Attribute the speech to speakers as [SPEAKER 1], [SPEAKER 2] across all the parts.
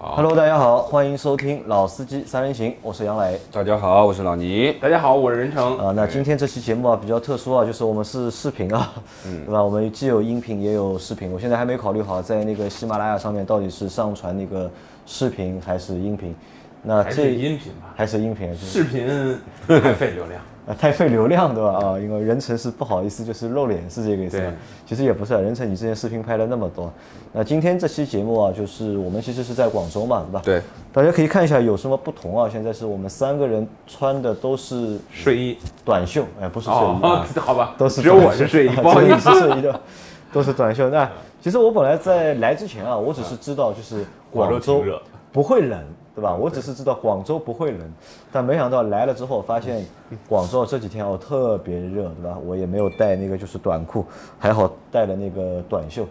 [SPEAKER 1] Hello，大家好，欢迎收听《老司机三人行》，我是杨磊。
[SPEAKER 2] 大家好，我是老倪。
[SPEAKER 3] 大家好，我是任成。
[SPEAKER 1] 啊，那今天这期节目啊比较特殊啊，就是我们是视频啊，
[SPEAKER 3] 嗯
[SPEAKER 1] 对吧？我们既有音频也有视频，我现在还没考虑好在那个喜马拉雅上面到底是上传那个视频还是音频。那
[SPEAKER 3] 还
[SPEAKER 1] 这
[SPEAKER 3] 是音频吧，
[SPEAKER 1] 还是音频，啊就是
[SPEAKER 3] 视频太费流量。
[SPEAKER 1] 啊， 太费流量，对吧？啊，因为人成是不好意思，就是露脸，是这个意思吧
[SPEAKER 3] 对？
[SPEAKER 1] 其实也不是啊，人成你之前视频拍了那么多，那今天这期节目啊，就是我们其实是在广州嘛，对吧？。
[SPEAKER 2] 对，
[SPEAKER 1] 大家可以看一下有什么不同啊？现在是我们三个人穿的都是
[SPEAKER 3] 睡衣
[SPEAKER 1] 短袖，哎，不是睡衣、
[SPEAKER 3] 哦
[SPEAKER 1] 啊，，
[SPEAKER 3] 好吧，
[SPEAKER 1] 都是
[SPEAKER 3] 只有
[SPEAKER 1] 短
[SPEAKER 3] 我是
[SPEAKER 1] 袖
[SPEAKER 3] 睡衣，
[SPEAKER 1] 啊
[SPEAKER 3] 不好意
[SPEAKER 1] 只有你是
[SPEAKER 3] 思。
[SPEAKER 1] 睡衣的， 都是短袖。那其实我本来在来之前啊，我只是知道就是广
[SPEAKER 3] 广州
[SPEAKER 1] 州
[SPEAKER 3] 挺热
[SPEAKER 1] 不会冷，对吧？我只是知道广州不会冷，但没想到来了之后发现广州这几天哦特别热，对吧？我也没有带那个就是短裤，还好带了那个短袖，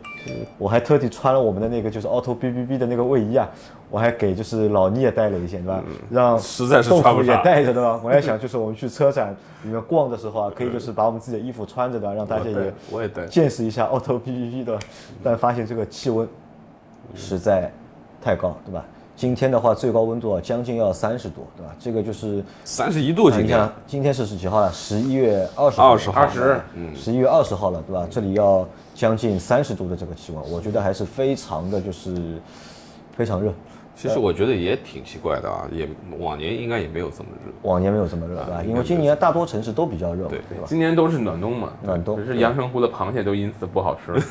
[SPEAKER 1] 我还特地穿了我们的那个就是 auto B B B 的那个卫衣啊。我还给就是老聂也带了一件，对吧？让
[SPEAKER 2] 实在是
[SPEAKER 1] 豆
[SPEAKER 2] 穿不
[SPEAKER 1] 腐也
[SPEAKER 2] 上
[SPEAKER 1] 带着，对吧？我在想，就是我们去车展里面逛的时候啊，可以就是把我们自己的衣服穿着的，啊让大家也
[SPEAKER 2] 我也对，
[SPEAKER 1] 见识一下 Auto PPP 的，但发现这个气温实在太高，对吧？今天的话，最高温度啊，将近要三十度，对吧？这个就是
[SPEAKER 2] 三十一度今
[SPEAKER 1] 你
[SPEAKER 2] 天
[SPEAKER 1] 看，今天是几号了？十一月二十嗯
[SPEAKER 2] 20号
[SPEAKER 3] 20
[SPEAKER 1] 十一月二十号了，对吧？这里要将近三十度的这个气温，我觉得还是非常的就是非常热。
[SPEAKER 2] 其实我觉得也挺奇怪的啊，也往年应该也没有这么热。
[SPEAKER 1] 往啊年没有这么热，对吧？因为今年大多城市都比较热嘛，对吧？
[SPEAKER 3] 今年都是暖冬嘛，
[SPEAKER 1] 暖冬
[SPEAKER 3] 只是阳澄湖的螃蟹都因此不好 吃。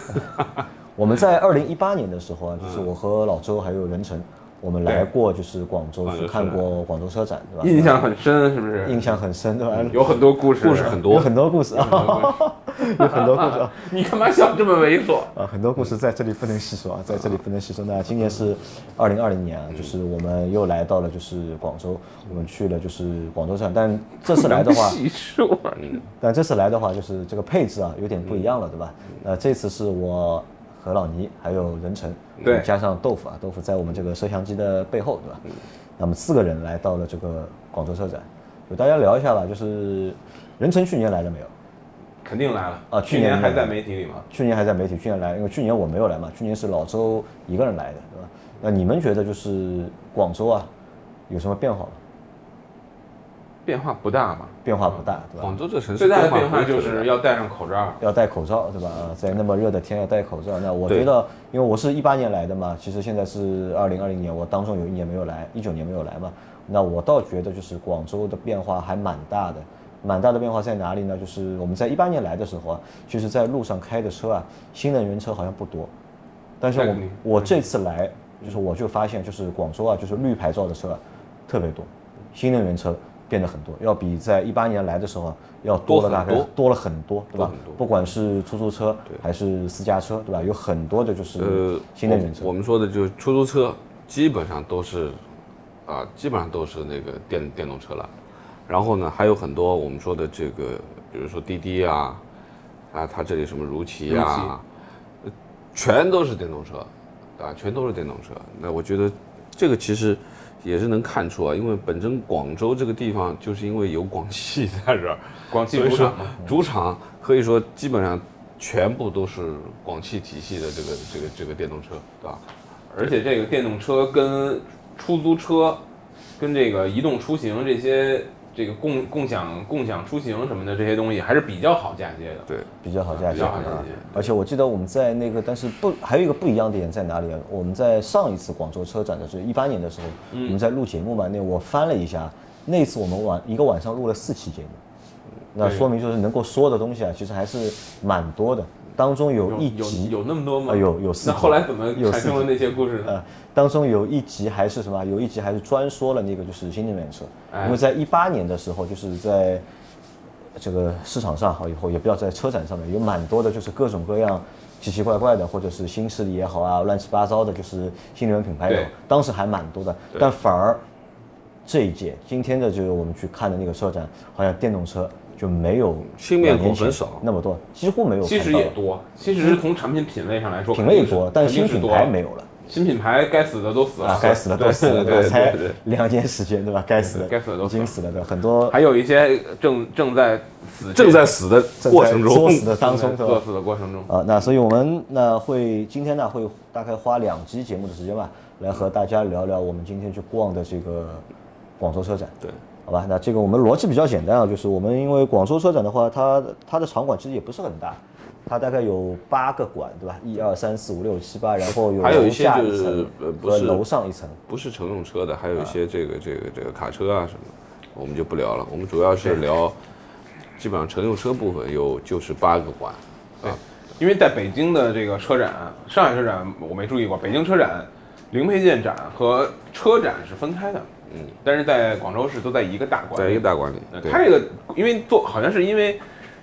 [SPEAKER 1] 我们在二零一八年的时候啊，就是我和老周还有任晨，我们来过就是广州去看过广州车展，对吧？
[SPEAKER 3] 印象很深，是不是？
[SPEAKER 1] 印象很深，对吧？
[SPEAKER 3] 有很多故事，
[SPEAKER 2] 故事很
[SPEAKER 1] 嗯有
[SPEAKER 2] 多，
[SPEAKER 1] 很多故事啊， 有很多故事啊。
[SPEAKER 3] 你干嘛笑这么猥琐？
[SPEAKER 1] 啊，很多故事在这里不能细说啊，在这里不能细说。那今年是二零二零年啊，就是我们又来到了就是广州，我们去了就是广州站，但这 次来的话，
[SPEAKER 3] 细说，
[SPEAKER 2] 嗯
[SPEAKER 1] 但这次来的话，就是这个配置啊有点不一样了，对吧？那这次是我和老倪还有任晨，
[SPEAKER 3] 对
[SPEAKER 1] 加上豆腐啊，豆腐在我们这个摄像机的背后，对吧？那么四个人来到了这个广州车展，就大家聊一下吧。就是任晨去年来了没有？
[SPEAKER 3] 肯定来了
[SPEAKER 1] 啊去
[SPEAKER 3] 去
[SPEAKER 1] 年
[SPEAKER 3] 年还在媒体里嘛，
[SPEAKER 1] 去年还在媒体，去年来，因为去年我没有来嘛，去年是老周一个人来的，对吧？那你们觉得就是广州啊有什么变化吗？
[SPEAKER 3] 变化不大嘛。
[SPEAKER 1] 变化不大，对吧？
[SPEAKER 2] 广州这城市
[SPEAKER 3] 最大的变
[SPEAKER 2] 变
[SPEAKER 3] 化
[SPEAKER 2] 化
[SPEAKER 3] 就是要戴上口罩。
[SPEAKER 1] 要戴口罩，对吧？啊，在那么热的天要戴口罩。那我觉得，因为我是一八年来的嘛，其实现在是二零二零年，我当中有一年没有来，一九年没有来嘛。那我倒觉得就是广州的变化还蛮大的，蛮大的变化在哪里呢？就是我们在一八年来的时候啊，其实在路上开的车啊，新能源车好像不多，但是
[SPEAKER 3] 那
[SPEAKER 1] 我
[SPEAKER 3] 肯定
[SPEAKER 1] 我这次来，就是我就发现，就是广州啊，就是绿牌照的车啊，特别多，新能源车变得很多，要比在一八年来的时候啊要多了
[SPEAKER 2] 多
[SPEAKER 1] 大
[SPEAKER 2] 很
[SPEAKER 1] 概
[SPEAKER 2] 多
[SPEAKER 1] 多了很多，对吧
[SPEAKER 2] 多很？多
[SPEAKER 1] 不管是出租车还是私家车，对吧？有很多的就是
[SPEAKER 2] 呃，
[SPEAKER 1] 新能源车
[SPEAKER 2] 我我们说的就是出租车，基本上都是啊，基本上都是那个电电动车了。然后呢，还有很多我们说的这个，比如说滴滴啊，啊，它这里什么如骑
[SPEAKER 3] 如骑
[SPEAKER 2] 啊，呃全都是电动车，啊，全都是电动车。那我觉得这个其实也是能看出啊，因为本身广州这个地方就是因为有广汽在这儿，
[SPEAKER 3] 广汽
[SPEAKER 2] 所以
[SPEAKER 3] 主
[SPEAKER 2] 说
[SPEAKER 3] 场嘛，
[SPEAKER 2] 主场可以说基本上全部都是广汽体系的这个这个这个电动车，对吧？
[SPEAKER 3] 而且这个电动车跟出租车、跟这个移动出行这些这个共共享共享出行什么的这些东西还是比较好嫁接的。
[SPEAKER 2] 对，
[SPEAKER 1] 比较好驾
[SPEAKER 3] 比
[SPEAKER 1] 驶
[SPEAKER 3] 较好嫁
[SPEAKER 1] 啊
[SPEAKER 3] 接。
[SPEAKER 1] 而且我记得我们在那个，但是不，还有一个不一样的点在哪里啊？我们在上一次广州车展的时候，一八年的时候，我们在录节目嘛，那我翻了一下，那次我们晚一个晚上录了四期节目，那
[SPEAKER 3] 对
[SPEAKER 1] 说明就是能够说的东西啊，其实还是蛮多的，当中有
[SPEAKER 3] 有
[SPEAKER 1] 一
[SPEAKER 3] 有
[SPEAKER 1] 集
[SPEAKER 3] 有那么多
[SPEAKER 1] 啊
[SPEAKER 3] 吗？
[SPEAKER 1] 有有四
[SPEAKER 3] 那
[SPEAKER 1] 集
[SPEAKER 3] 后来怎么
[SPEAKER 1] 有
[SPEAKER 3] 产
[SPEAKER 1] 四
[SPEAKER 3] 生了那些故事呢？
[SPEAKER 1] 呃，当中有一集还是什么？有一集还是专说了那个就是新能源车，
[SPEAKER 3] 哎
[SPEAKER 1] 因为在一八年的时候，就是在这个市场上好以后，也不要在车展上面有蛮多的，就是各种各样奇奇怪怪的，或者是新势力也好啊，乱七八糟的，就是新能源品牌有
[SPEAKER 3] 对，
[SPEAKER 1] 当时还蛮多的，但反而这一届今天的就是我们去看的那个车展，好像电动车就没有
[SPEAKER 2] 新面孔
[SPEAKER 1] 两年前
[SPEAKER 2] 很少
[SPEAKER 1] 那么多，几乎没有看到
[SPEAKER 3] 其
[SPEAKER 1] 了，嗯
[SPEAKER 3] 实也多，其实是从产品品类上来说，
[SPEAKER 1] 品类
[SPEAKER 3] 肯定
[SPEAKER 1] 多，但
[SPEAKER 3] 肯定
[SPEAKER 1] 新
[SPEAKER 3] 是
[SPEAKER 1] 品
[SPEAKER 3] 多啊
[SPEAKER 1] 牌没有了。
[SPEAKER 3] 新品牌该死的都死了
[SPEAKER 1] 啊，，该死的都
[SPEAKER 3] 对
[SPEAKER 1] 死了，
[SPEAKER 3] 对对
[SPEAKER 1] 才
[SPEAKER 3] 对对
[SPEAKER 1] 两年时间，对吧？该死的，
[SPEAKER 3] 该死的都
[SPEAKER 1] 已
[SPEAKER 3] 死了
[SPEAKER 1] 经死了的，很多
[SPEAKER 3] 还有一些正正在死
[SPEAKER 2] 正在死的
[SPEAKER 1] 正
[SPEAKER 2] 过
[SPEAKER 1] 在
[SPEAKER 2] 程
[SPEAKER 1] 作
[SPEAKER 2] 中，
[SPEAKER 1] 死 的当中，对
[SPEAKER 3] 作
[SPEAKER 1] 吧？
[SPEAKER 3] 死的过程中，
[SPEAKER 1] 啊，那所以我们那会今天呢会大概花两期节目的时间吧，来和大家聊聊我们今天去逛的这个广州车展。
[SPEAKER 2] 对，
[SPEAKER 1] 好吧，那这个我们逻辑比较简单啊，就是我们因为广州车展的话，它它的场馆其实也不是很大，它大概有八个馆，对吧？一二三四五六七八，然后有
[SPEAKER 2] 还有
[SPEAKER 1] 楼
[SPEAKER 2] 一些
[SPEAKER 1] 下
[SPEAKER 2] 就
[SPEAKER 1] 一
[SPEAKER 2] 是
[SPEAKER 1] 层
[SPEAKER 2] 呃不
[SPEAKER 1] 和
[SPEAKER 2] 是
[SPEAKER 1] 楼上一层。
[SPEAKER 2] 不是乘用车的，还有一些这个这个这个卡车啊什么，我们就不聊了。我们主要是聊，基本上乘用车部分有就是八个馆，
[SPEAKER 3] 因为在北京的这个车展，上海车展我没注意过，北京车展零配件展和车展是分开的，嗯，但是在广州市都在一个大馆，
[SPEAKER 2] 在一个大馆里
[SPEAKER 3] 呃。它
[SPEAKER 2] 对，
[SPEAKER 3] 这个因为做好像是因为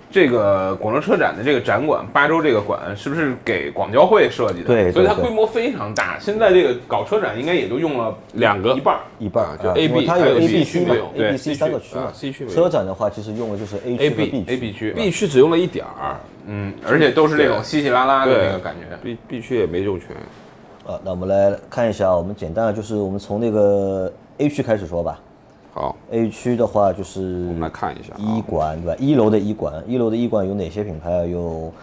[SPEAKER 3] 这个广州车展的这个展馆，巴州这个馆是不是给广交会设计的？
[SPEAKER 1] 对对
[SPEAKER 3] 所以它
[SPEAKER 1] 对
[SPEAKER 3] 规模非常大。现在这个搞车展应该也就用了嗯
[SPEAKER 2] 两个
[SPEAKER 3] 一半儿。
[SPEAKER 1] 一半
[SPEAKER 2] 啊
[SPEAKER 1] 儿
[SPEAKER 2] 就
[SPEAKER 1] 啊
[SPEAKER 2] A
[SPEAKER 1] 因为
[SPEAKER 2] B
[SPEAKER 1] 它
[SPEAKER 2] 还
[SPEAKER 1] 有
[SPEAKER 2] 有
[SPEAKER 1] A 区
[SPEAKER 2] B 区
[SPEAKER 1] 嘛
[SPEAKER 2] 没有
[SPEAKER 1] ，A
[SPEAKER 2] 对
[SPEAKER 1] B C
[SPEAKER 2] C
[SPEAKER 1] 三个
[SPEAKER 2] 区
[SPEAKER 1] 区嘛
[SPEAKER 2] 啊，C 区没有
[SPEAKER 1] 车展的话，其实用的就是 A 区
[SPEAKER 2] A
[SPEAKER 1] 和
[SPEAKER 2] B
[SPEAKER 1] B
[SPEAKER 3] A
[SPEAKER 1] 区。
[SPEAKER 3] 必须
[SPEAKER 2] 必须只用了一点儿，
[SPEAKER 3] 嗯，而且都是那种稀稀拉拉的
[SPEAKER 2] 对
[SPEAKER 3] 那个感觉。
[SPEAKER 2] 必必须也没用全。
[SPEAKER 1] 啊，那我们来看一下，我们简单的就是我们从那个 A 区开始说吧。
[SPEAKER 2] 好，
[SPEAKER 1] A 区的话就是
[SPEAKER 2] 我们来看一下
[SPEAKER 1] 一
[SPEAKER 2] 啊，
[SPEAKER 1] 馆对吧？一楼的一馆，一楼的一馆有哪些品牌啊？有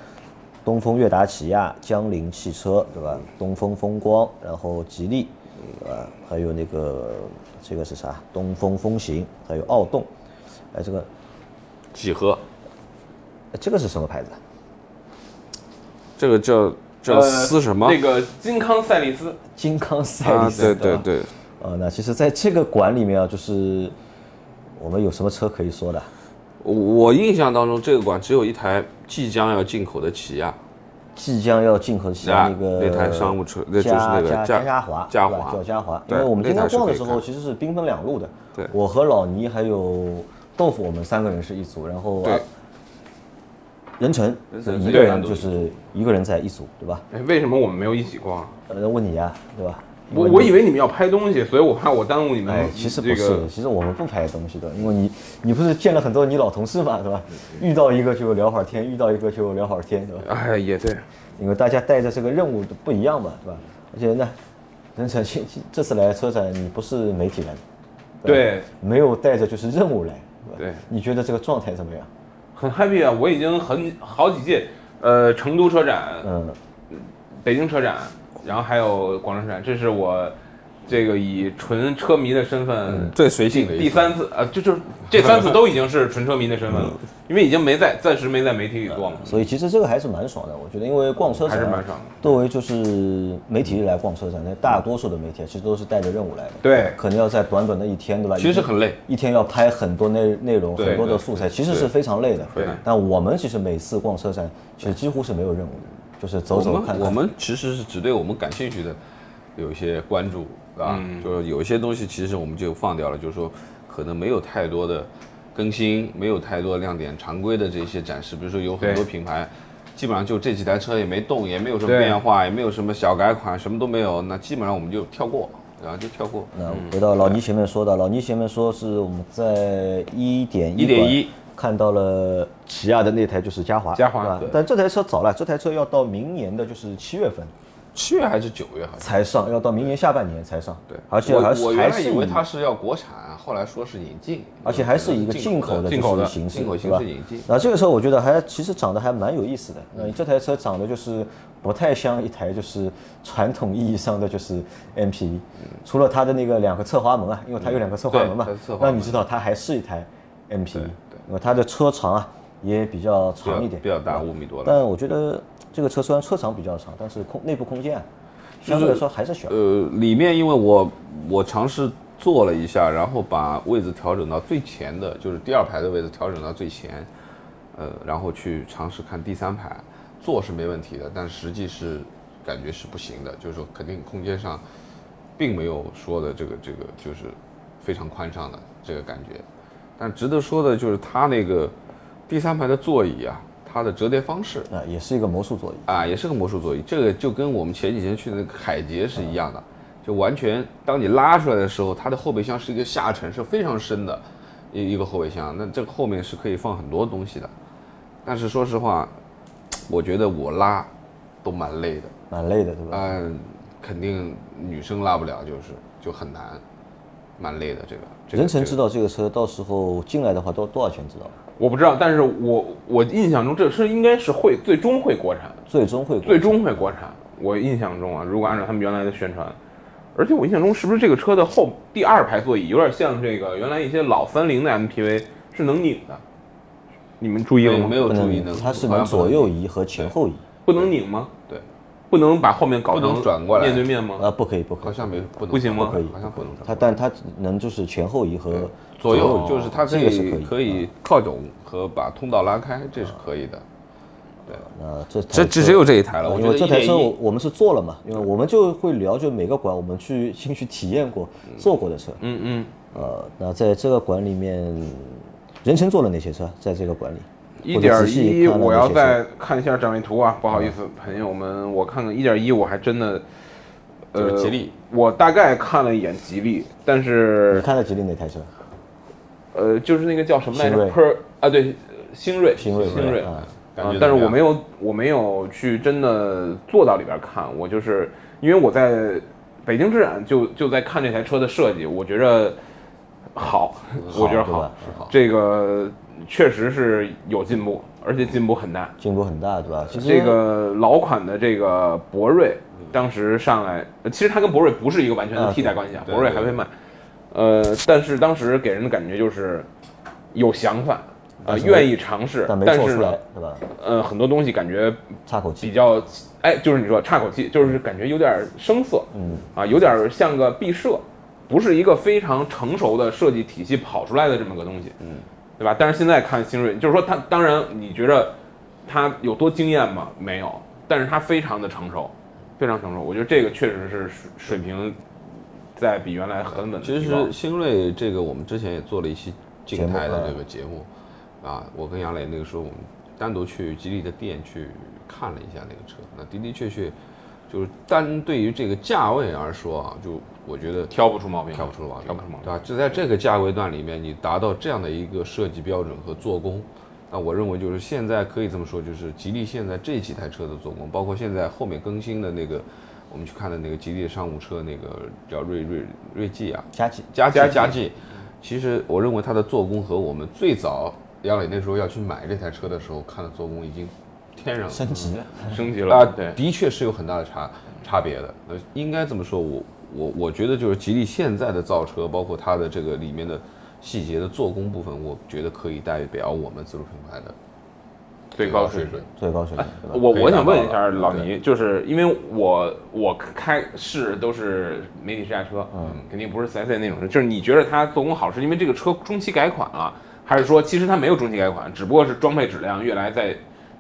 [SPEAKER 1] 东风悦达起亚、江铃汽车对吧？东风风光，然后吉利，对吧？还有那个这个是啥？东风风行，还有奥动。哎，这个
[SPEAKER 2] 几何，
[SPEAKER 1] 哎这个是什么牌子啊？
[SPEAKER 2] 这个叫叫
[SPEAKER 3] 呃
[SPEAKER 2] 思什么？
[SPEAKER 3] 那个金康赛利斯，
[SPEAKER 1] 金刚赛
[SPEAKER 2] 啊
[SPEAKER 1] 力，斯、
[SPEAKER 2] 对
[SPEAKER 1] 对
[SPEAKER 2] 对
[SPEAKER 1] 吧。
[SPEAKER 2] 对，
[SPEAKER 1] 呃，那其实在这个馆里面啊，就是我们有什么车可以说的？
[SPEAKER 2] 我我印象当中这个馆只有一台即将要进口的起亚，
[SPEAKER 1] 即将要进口起
[SPEAKER 2] 啊
[SPEAKER 1] 亚那个
[SPEAKER 2] 那台商务车那就是
[SPEAKER 1] 嘉
[SPEAKER 2] 那个
[SPEAKER 1] 嘉
[SPEAKER 2] 嘉
[SPEAKER 1] 嘉华，
[SPEAKER 2] 嘉
[SPEAKER 1] 对吧
[SPEAKER 2] 华
[SPEAKER 1] 叫嘉华。因
[SPEAKER 2] 对
[SPEAKER 1] 为我们今
[SPEAKER 2] 那
[SPEAKER 1] 天
[SPEAKER 2] 台是
[SPEAKER 1] 逛的
[SPEAKER 2] 可以
[SPEAKER 1] 时候
[SPEAKER 2] 看
[SPEAKER 1] 其实是兵分两路的，
[SPEAKER 2] 对
[SPEAKER 1] 我和老倪还有豆腐，我们三个人是一组，然后
[SPEAKER 2] 对
[SPEAKER 1] 任晨
[SPEAKER 2] 任晨
[SPEAKER 1] 一个
[SPEAKER 2] 是一个人
[SPEAKER 1] 人
[SPEAKER 2] 组
[SPEAKER 1] 就是一个人在一组，对吧？
[SPEAKER 3] 哎，为什么我们没有一起逛啊？
[SPEAKER 1] 呃，问你呀，对吧？
[SPEAKER 3] 我
[SPEAKER 1] 问
[SPEAKER 3] 我
[SPEAKER 1] 你
[SPEAKER 3] 以为你们要拍东西，所以我怕我耽误你们
[SPEAKER 1] 哎
[SPEAKER 3] 这个。，
[SPEAKER 1] 其实不是，其实我们不拍东西的，因为你你不是见了很多你老同事嘛，对吧？遇到一个就聊会儿天，遇到一个就聊会儿天，对吧？
[SPEAKER 2] 哎也对，
[SPEAKER 1] 因为大家带着这个任务都不一样嘛，对吧？而且呢，任晨这 这次来车展，你不是媒体来的，
[SPEAKER 3] 对
[SPEAKER 1] 没有带着就是任务来，对吧
[SPEAKER 3] 对，
[SPEAKER 1] 你觉得这个状态怎么样？
[SPEAKER 3] 很 happy 啊！我已经很好几届，呃，成都车展、
[SPEAKER 1] 嗯，
[SPEAKER 3] 北京车展，然后还有广州车展，这是我这个以纯车迷的身份，
[SPEAKER 2] 最随
[SPEAKER 1] 嗯
[SPEAKER 2] 性的一次
[SPEAKER 3] 第三次，呃，就就是这三次都已经是纯车迷的身
[SPEAKER 1] 嗯
[SPEAKER 3] 份了，因为已经没在暂时没在媒体里逛了，
[SPEAKER 1] 所以其实这个还是蛮爽的，我觉得，因为逛车展啊
[SPEAKER 3] 还是蛮爽的。
[SPEAKER 1] 作为就是媒体来逛车展，那大多数的媒体其实都是带着任务来的，
[SPEAKER 3] 对
[SPEAKER 1] 可能要在短短的一天，对吧？
[SPEAKER 2] 其实很累，
[SPEAKER 1] 一天要拍很多内内容，
[SPEAKER 3] 对
[SPEAKER 1] 很多的
[SPEAKER 2] 对
[SPEAKER 1] 素材，其实是非常累的。
[SPEAKER 3] 对
[SPEAKER 1] 但我们其实每次逛车展，其实几乎是没有任务的，就是走
[SPEAKER 2] 我
[SPEAKER 1] 走看
[SPEAKER 2] 们
[SPEAKER 1] 看。
[SPEAKER 2] 我们其实是只对我们感兴趣的有一些关注，啊，就是有一些东西其实我们就放掉了，就是说可能没有太多的更新，没有太多亮点，常规的这些展示，比如说有很多
[SPEAKER 3] 对
[SPEAKER 2] 品牌。基本上就这几台车也没动，也没有什么
[SPEAKER 3] 对
[SPEAKER 2] 变化，也没有什么小改款，什么都没有。那基本上我们就跳过，然后就跳过。
[SPEAKER 1] 那回到老倪前面说的，老倪前面说是我们在一点一
[SPEAKER 2] 1.1
[SPEAKER 1] 看到了起亚的那台就是嘉华，
[SPEAKER 3] 嘉华
[SPEAKER 1] 对吧
[SPEAKER 2] 对
[SPEAKER 1] 但这台车早了，这台车要到明年的就是七月份
[SPEAKER 2] 七月还是九月好像？
[SPEAKER 1] 才上，要到明年下半年才上。
[SPEAKER 2] 对，
[SPEAKER 1] 而且
[SPEAKER 2] 我
[SPEAKER 1] 还是
[SPEAKER 2] 我原
[SPEAKER 1] 还
[SPEAKER 2] 来
[SPEAKER 1] 是
[SPEAKER 2] 以为
[SPEAKER 1] 以
[SPEAKER 2] 它是要国产，后来说是引进，呃
[SPEAKER 1] 而且还是以一个进口的
[SPEAKER 3] 进口的
[SPEAKER 1] 就是形式，
[SPEAKER 2] 进口
[SPEAKER 1] 对
[SPEAKER 2] 形
[SPEAKER 1] 吧
[SPEAKER 2] 式引进。
[SPEAKER 1] 那这个车我觉得还其实长得还蛮有意思的。那你这台车长得就是不太像一台就是传统意义上的就是 MPV，除了它的那个两个侧滑门啊，因为它有两个侧滑门嘛
[SPEAKER 2] 对它是侧，滑
[SPEAKER 1] 那
[SPEAKER 2] 门
[SPEAKER 1] 你知道它还是一台 MPV，因为它的车长啊也比较
[SPEAKER 2] 比较
[SPEAKER 1] 长一点
[SPEAKER 2] 比，较大，五米多了。
[SPEAKER 1] 但我觉得这个车虽然车长比较长，但是空内部空间啊相对来说还是小。
[SPEAKER 2] 呃，里面因为我我尝试坐了一下，然后把位置调整到最前的，就是第二排的位置调整到最前，呃，然后去尝试看第三排，坐是没问题的，但实际是感觉是不行的，就是说肯定空间上并没有说的这个这个就是非常宽敞的这个感觉。但值得说的就是它那个第三排的座椅啊，它的折叠方式
[SPEAKER 1] 啊，也是一个魔术座椅，
[SPEAKER 2] 啊，也是个魔术座椅，这个就跟我们前几天去的那个海捷是一样的，就完全当你拉出来的时候，它的后备箱是一个下沉，是非常深的一一个后备箱，那这个后面是可以放很多东西的。但是说实话，我觉得我拉都蛮累的，
[SPEAKER 1] 蛮累的，对吧？
[SPEAKER 2] 嗯，肯定女生拉不了，就是就很难，蛮累的这个。这个
[SPEAKER 1] 任晨
[SPEAKER 2] 这
[SPEAKER 1] 知
[SPEAKER 2] 个
[SPEAKER 1] 道这个车到时候进来的话多多少钱知道吗？
[SPEAKER 3] 我不知道，但是我我印象中这车应该是会最终会国产，
[SPEAKER 1] 最终会
[SPEAKER 3] 最终会国产。我印象中啊，如果按照他们原来的宣传，而且我印象中，是不是这个车的后第二排座椅有点像这个原来一些老三菱的 MPV 是能拧的？你们注意了吗？
[SPEAKER 2] 没有
[SPEAKER 1] 不
[SPEAKER 2] 注意
[SPEAKER 1] 能
[SPEAKER 2] 那个，
[SPEAKER 1] 它是
[SPEAKER 2] 好
[SPEAKER 1] 能
[SPEAKER 2] 像不
[SPEAKER 1] 左右移和前后移，
[SPEAKER 3] 不能拧吗？
[SPEAKER 2] 对，
[SPEAKER 3] 不能把后面搞
[SPEAKER 2] 不能
[SPEAKER 3] 成
[SPEAKER 2] 转过来
[SPEAKER 3] 面对面吗？
[SPEAKER 1] 呃，不可以，不可
[SPEAKER 2] 好
[SPEAKER 1] 以，
[SPEAKER 2] 像没不能
[SPEAKER 3] 不行吗
[SPEAKER 1] 不
[SPEAKER 2] 转
[SPEAKER 1] 可以
[SPEAKER 2] 好像不能转
[SPEAKER 1] 它但它能就是前后移和
[SPEAKER 2] 左右
[SPEAKER 1] 移
[SPEAKER 2] 哦就是它可
[SPEAKER 1] 这个是
[SPEAKER 2] 以啊
[SPEAKER 1] 可
[SPEAKER 2] 可以靠拢和把通道拉开，这是可以的。
[SPEAKER 1] 呃，这台
[SPEAKER 2] 这
[SPEAKER 1] 车
[SPEAKER 2] 只只有哦这一台了，我
[SPEAKER 1] 因
[SPEAKER 2] 觉
[SPEAKER 1] 为
[SPEAKER 2] 得
[SPEAKER 1] 这台车
[SPEAKER 2] 1.1
[SPEAKER 1] 我我们是做了嘛，因为我们就会聊，就每个馆我们去先去体验过、坐过的车。
[SPEAKER 3] 嗯嗯，
[SPEAKER 1] 呃，那在这个馆里面，任晨坐了哪些车？在这个馆里，
[SPEAKER 3] 一
[SPEAKER 1] 或者
[SPEAKER 3] 点
[SPEAKER 1] 仔细
[SPEAKER 3] 一，
[SPEAKER 1] 看了
[SPEAKER 3] 我要
[SPEAKER 1] 哪些车
[SPEAKER 3] 再看一下站位图啊，不好意思，朋友们，我看看一点一，我还真的，
[SPEAKER 2] 就
[SPEAKER 3] 呃，
[SPEAKER 2] 是吉利，
[SPEAKER 3] 我大概看了一眼吉利，但
[SPEAKER 1] 你
[SPEAKER 3] 是
[SPEAKER 1] 看了吉利哪台车？
[SPEAKER 3] 呃，就是那个叫什么来着
[SPEAKER 1] 星锐
[SPEAKER 3] ？Per 啊，对，星锐，
[SPEAKER 1] 新锐，
[SPEAKER 3] 星锐，
[SPEAKER 1] 啊，
[SPEAKER 2] 感
[SPEAKER 3] 啊
[SPEAKER 2] 觉，
[SPEAKER 3] 但是
[SPEAKER 2] 怎么
[SPEAKER 3] 我
[SPEAKER 2] 样
[SPEAKER 3] 没有，我没有去真的坐到里边看，我就是因为我在北京之展就就在看这台车的设计，我觉着好， 我觉得
[SPEAKER 1] 对吧
[SPEAKER 3] 好，这个确实是有进步，而且进步很大。
[SPEAKER 1] 进步很大，对吧？其实
[SPEAKER 3] 这个老款的这个博瑞，当时上来，呃其实它跟博瑞不是一个完全的替代关系啊，
[SPEAKER 2] 对
[SPEAKER 3] 博瑞还会卖，呃，但是当时给人的感觉就是有想法，呃，
[SPEAKER 1] 但是
[SPEAKER 3] 愿意尝试
[SPEAKER 1] 但，没
[SPEAKER 3] 但
[SPEAKER 1] 做
[SPEAKER 3] 是
[SPEAKER 1] 出
[SPEAKER 3] 呢
[SPEAKER 1] 来，，对吧？
[SPEAKER 3] 呃，很多东西感觉
[SPEAKER 1] 差口气
[SPEAKER 3] 比。较，哎，就是你说岔口气，就是感觉有点生涩，
[SPEAKER 1] 嗯，
[SPEAKER 3] 啊，有点像个毕设，不是一个非常成熟的设计体系跑出来的这么个东西，嗯，对吧？但是现在看新锐，就是说它，当然你觉着它有多惊艳吗？没有，但是它非常的成熟，非常成熟。我觉得这个确实是水水平在比原来很稳的
[SPEAKER 2] 其
[SPEAKER 3] 提
[SPEAKER 2] 实
[SPEAKER 3] 高。
[SPEAKER 2] 星锐这个，我们之前也做了一期
[SPEAKER 1] 节
[SPEAKER 2] 静
[SPEAKER 1] 目
[SPEAKER 2] 态的
[SPEAKER 1] 嗯
[SPEAKER 2] 这个节目，啊，我跟杨磊那个时候我们单独去吉利的店去看了一下那个车，那的的确确就是单对于这个价位而说啊，就我觉得
[SPEAKER 3] 挑不出毛病，
[SPEAKER 2] 挑不出毛病，
[SPEAKER 3] 挑不出毛病
[SPEAKER 2] 对。吧？就在这个价位段里面，你达到这样的一个设计标准和做工，那我认为就是现在可以这么说，就是吉利现在这几台车的做工，包括现在后面更新的那个，我们去看的那个吉利的商务车，那个叫锐锐锐际啊，
[SPEAKER 1] 加急，
[SPEAKER 2] 加
[SPEAKER 3] 加
[SPEAKER 2] 加
[SPEAKER 3] 计
[SPEAKER 2] 加计，其实我认为它的做工和我们最早杨磊那时候要去买这台车的时候看的做工已经天壤
[SPEAKER 1] 升级了。
[SPEAKER 3] 升级
[SPEAKER 2] 啊
[SPEAKER 3] 了，，对，
[SPEAKER 2] 的确是有很大的差差别的。呃，应该这么说，我我我觉得就是吉利现在的造车，包括它的这个里面的细节的做工部分，我觉得可以代表我们自主品牌的
[SPEAKER 3] 最
[SPEAKER 2] 高
[SPEAKER 3] 高水
[SPEAKER 2] 水
[SPEAKER 3] 准。
[SPEAKER 1] 最高水平，对吧？
[SPEAKER 3] 我
[SPEAKER 2] 可以
[SPEAKER 3] 我
[SPEAKER 2] 达
[SPEAKER 3] 想
[SPEAKER 2] 到
[SPEAKER 3] 问一下
[SPEAKER 2] 了
[SPEAKER 3] 老倪，就是因为我我开试都是媒体试驾车，嗯，肯定不是 4S 店那种车。就是你觉得它做工好，是因为这个车中期改款了，还是说其实它没有中期改款，只不过是装配质量越来在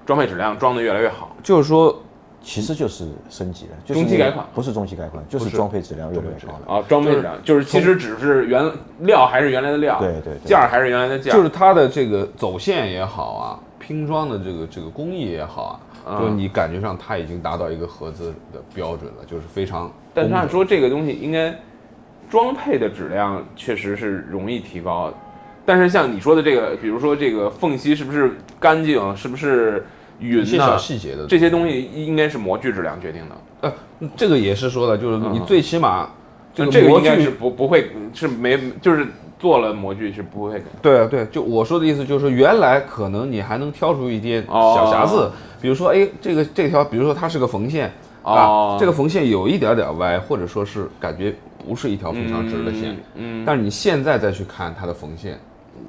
[SPEAKER 3] 装配质量装的越来越好？
[SPEAKER 2] 就是说，
[SPEAKER 1] 其实就是升级了，就是
[SPEAKER 3] 中期
[SPEAKER 1] 你
[SPEAKER 3] 改款
[SPEAKER 1] 不是中期改款，就是装配质量越来越高了。
[SPEAKER 3] 啊，装配质量就是其实只是原料还是原来的料，
[SPEAKER 1] 对对对
[SPEAKER 3] 价儿还是原来的价，
[SPEAKER 2] 就是它的这个走线也好啊，拼装的这个这个工艺也好啊，
[SPEAKER 3] 嗯
[SPEAKER 2] 就是你感觉上它已经达到一个合资的标准了，就是非常
[SPEAKER 3] 但是
[SPEAKER 2] 工
[SPEAKER 3] 按
[SPEAKER 2] 整
[SPEAKER 3] 说这个东西应该装配的质量确实是容易提高的，但是像你说的这个，比如说这个缝隙是不是干净，是不是匀
[SPEAKER 2] 一些
[SPEAKER 3] 呐、
[SPEAKER 2] 小细节的
[SPEAKER 3] 这些东西应该是模具质量决定的。
[SPEAKER 2] 呃，这个也是说的，就是你
[SPEAKER 3] 嗯
[SPEAKER 2] 最起码这
[SPEAKER 3] 那
[SPEAKER 2] 个
[SPEAKER 3] 这个
[SPEAKER 2] 模
[SPEAKER 3] 应该
[SPEAKER 2] 具
[SPEAKER 3] 是不不会是没就是做了模具是不会给
[SPEAKER 2] 对啊对，就我说的意思就是，原来可能你还能挑出一点
[SPEAKER 3] 哦
[SPEAKER 2] 小瑕疵，比如说，哎，这个这条，比如说它是个缝线
[SPEAKER 3] 哦
[SPEAKER 2] 啊，这个缝线有一点点歪，或者说是感觉不是一条非常直的线，
[SPEAKER 3] 嗯，嗯
[SPEAKER 2] 但是你现在再去看它的缝线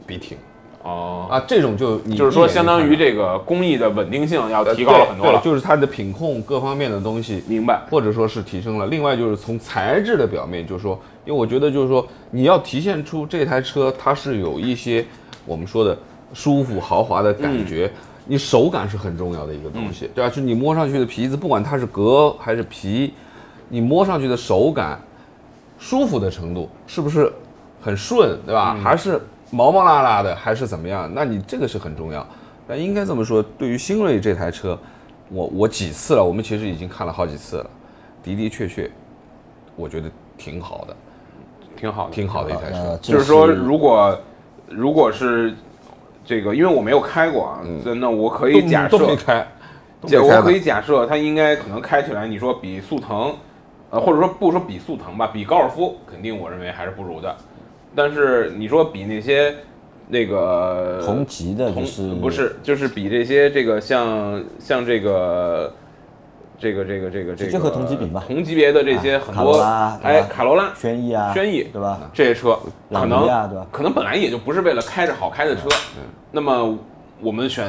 [SPEAKER 2] 笔挺
[SPEAKER 3] 哦，
[SPEAKER 2] 啊，这种就你
[SPEAKER 3] 就是说
[SPEAKER 2] 一眼
[SPEAKER 3] 相当于
[SPEAKER 2] 看
[SPEAKER 3] 这个工艺的稳定性要
[SPEAKER 2] 到
[SPEAKER 3] 提高了
[SPEAKER 2] 呃对
[SPEAKER 3] 很多了
[SPEAKER 2] 对。就是它的品控各方面的东西
[SPEAKER 3] 明白，
[SPEAKER 2] 或者说是提升了。另外就是从材质的表面，就是说，因为我觉得就是说，你要体现出这台车它是有一些我们说的舒服豪华的感觉。你手感是很重要的一个东西，对吧？就你摸上去的皮子，不管它是革还是皮，你摸上去的手感，舒服的程度是不是很顺，对吧？还是毛毛辣辣的，还是怎么样？那你这个是很重要。那应该这么说，对于新锐这台车，我我几次了，我们其实已经看了好几次了，的的确确，我觉得挺好的，
[SPEAKER 3] 挺好的，
[SPEAKER 2] 挺好的一台
[SPEAKER 1] 呃
[SPEAKER 2] 车。
[SPEAKER 1] 这
[SPEAKER 3] 就是说，如果如果是这个，因为我没有开过啊，
[SPEAKER 1] 嗯
[SPEAKER 3] 那那我可以
[SPEAKER 2] 动
[SPEAKER 3] 假
[SPEAKER 2] 都
[SPEAKER 3] 设，
[SPEAKER 2] 没开，都没
[SPEAKER 3] 假我
[SPEAKER 2] 开
[SPEAKER 3] 可以
[SPEAKER 2] 呢。
[SPEAKER 3] 假设它应该可能开起来，你说比速腾，呃，或者说不说比速腾吧，比高尔夫肯定我认为还是不如的，但是你说比那些那个
[SPEAKER 1] 同级的
[SPEAKER 3] 同
[SPEAKER 1] 就是
[SPEAKER 3] 不是就是比这些这个像像这个。这个这个这个这个
[SPEAKER 1] 就和同级比嘛
[SPEAKER 3] 同级别的这些很
[SPEAKER 1] 卡
[SPEAKER 3] 多
[SPEAKER 1] 罗拉，对
[SPEAKER 3] 哎，
[SPEAKER 1] 吧
[SPEAKER 3] 卡罗拉
[SPEAKER 1] 轩逸啊，
[SPEAKER 3] 轩逸
[SPEAKER 1] 对吧？
[SPEAKER 3] 这些车，可
[SPEAKER 1] 朗尼亚对
[SPEAKER 3] 能
[SPEAKER 1] 吧
[SPEAKER 3] 可能本来也就不是为了开着好开的车，
[SPEAKER 2] 嗯
[SPEAKER 3] 那么我们选